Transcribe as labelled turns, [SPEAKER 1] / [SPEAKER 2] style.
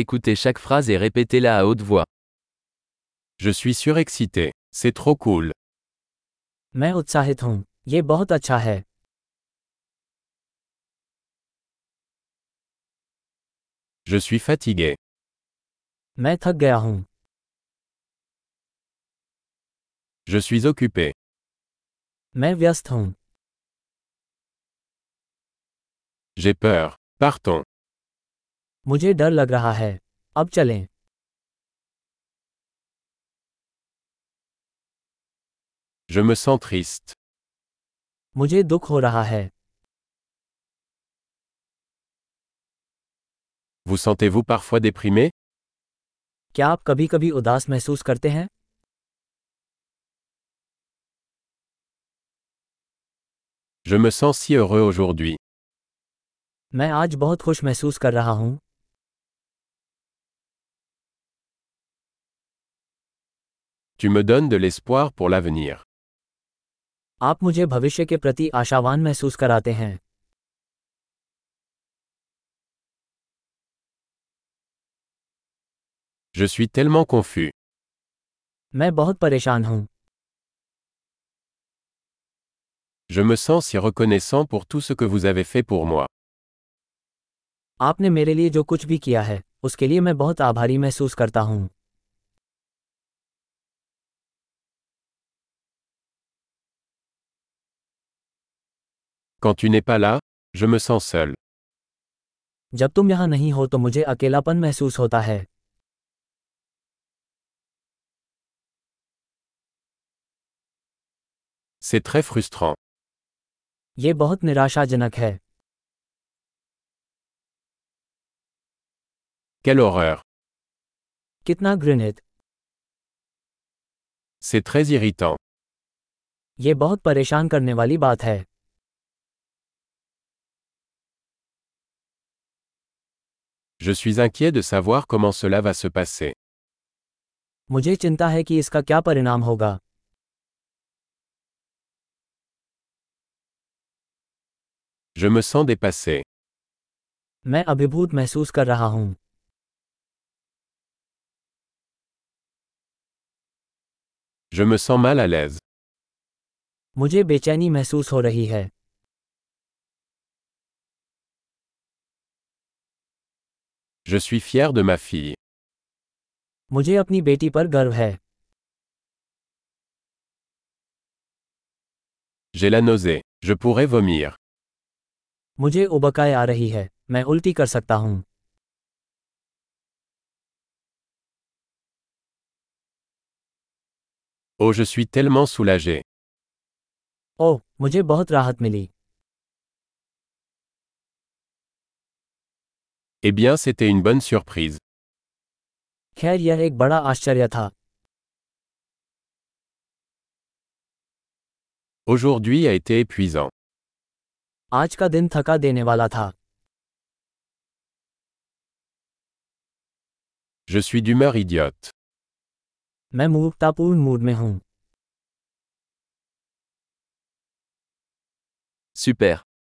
[SPEAKER 1] Écoutez chaque phrase et répétez-la à haute voix.
[SPEAKER 2] Je suis surexcité. C'est trop cool.
[SPEAKER 3] मैं उत्साहित हूँ ये बहुत अच्छा है
[SPEAKER 2] Je suis fatigué.
[SPEAKER 3] मैं थक गया हूँ
[SPEAKER 2] Je suis occupé.
[SPEAKER 3] मैं व्यस्त हूँ
[SPEAKER 2] J'ai peur. Partons.
[SPEAKER 3] मुझे डर लग रहा है अब चलें
[SPEAKER 2] Je me sens triste.
[SPEAKER 3] मुझे दुख हो रहा है
[SPEAKER 2] Vous sentez-vous parfois déprimé
[SPEAKER 3] क्या आप कभी कभी उदास महसूस करते हैं
[SPEAKER 2] Je me sens si heureux aujourd'hui.
[SPEAKER 3] मैं आज बहुत खुश महसूस कर रहा हूँ
[SPEAKER 2] Tu me donnes de l'espoir pour l'avenir.
[SPEAKER 3] आप मुझे भविष्य के प्रति आशावान महसूस कराते हैं
[SPEAKER 2] Je suis tellement confus.
[SPEAKER 3] मैं बहुत परेशान हूँ
[SPEAKER 2] Je me sens si reconnaissant pour tout ce que vous avez fait pour moi.
[SPEAKER 3] आपने मेरे लिए जो कुछ भी किया है उसके लिए मैं बहुत आभारी महसूस करता हूँ
[SPEAKER 2] Quand tu n'es pas là, je me sens seul.
[SPEAKER 3] जब तुम यहाँ नहीं हो तो मुझे अकेलापन महसूस होता है
[SPEAKER 2] C'est très frustrant.
[SPEAKER 3] ये बहुत निराशाजनक है
[SPEAKER 2] Quelle horreur.
[SPEAKER 3] कितना घृणित
[SPEAKER 2] C'est très irritant.
[SPEAKER 3] ये बहुत परेशान करने वाली बात है
[SPEAKER 2] Je suis inquiet de savoir comment cela va se passer.
[SPEAKER 3] मुझे चिंता है कि इसका क्या परिणाम होगा
[SPEAKER 2] Je me sens dépassé.
[SPEAKER 3] मैं अभिभूत महसूस कर रहा हूँ
[SPEAKER 2] Je me sens mal à l'aise.
[SPEAKER 3] मुझे बेचैनी महसूस हो रही है
[SPEAKER 2] Je suis fier de ma fille.
[SPEAKER 3] मुझे अपनी बेटी पर गर्व है
[SPEAKER 2] J'ai la nausée. Je pourrais vomir.
[SPEAKER 3] मुझे उबकाई आ रही है मैं उल्टी कर सकता हूँ
[SPEAKER 2] Oh, je suis tellement soulagé.
[SPEAKER 3] ओह मुझे बहुत राहत मिली
[SPEAKER 2] Eh bien, c'était une bonne surprise.
[SPEAKER 3] खैर यह एक बड़ा आश्चर्य था
[SPEAKER 2] Aujourd'hui a été épuisant.
[SPEAKER 3] आज का दिन थका देने वाला था
[SPEAKER 2] Je suis d'humeur idiote.
[SPEAKER 3] मैं मूर्खतापूर्ण मूड में हूँ
[SPEAKER 1] Super.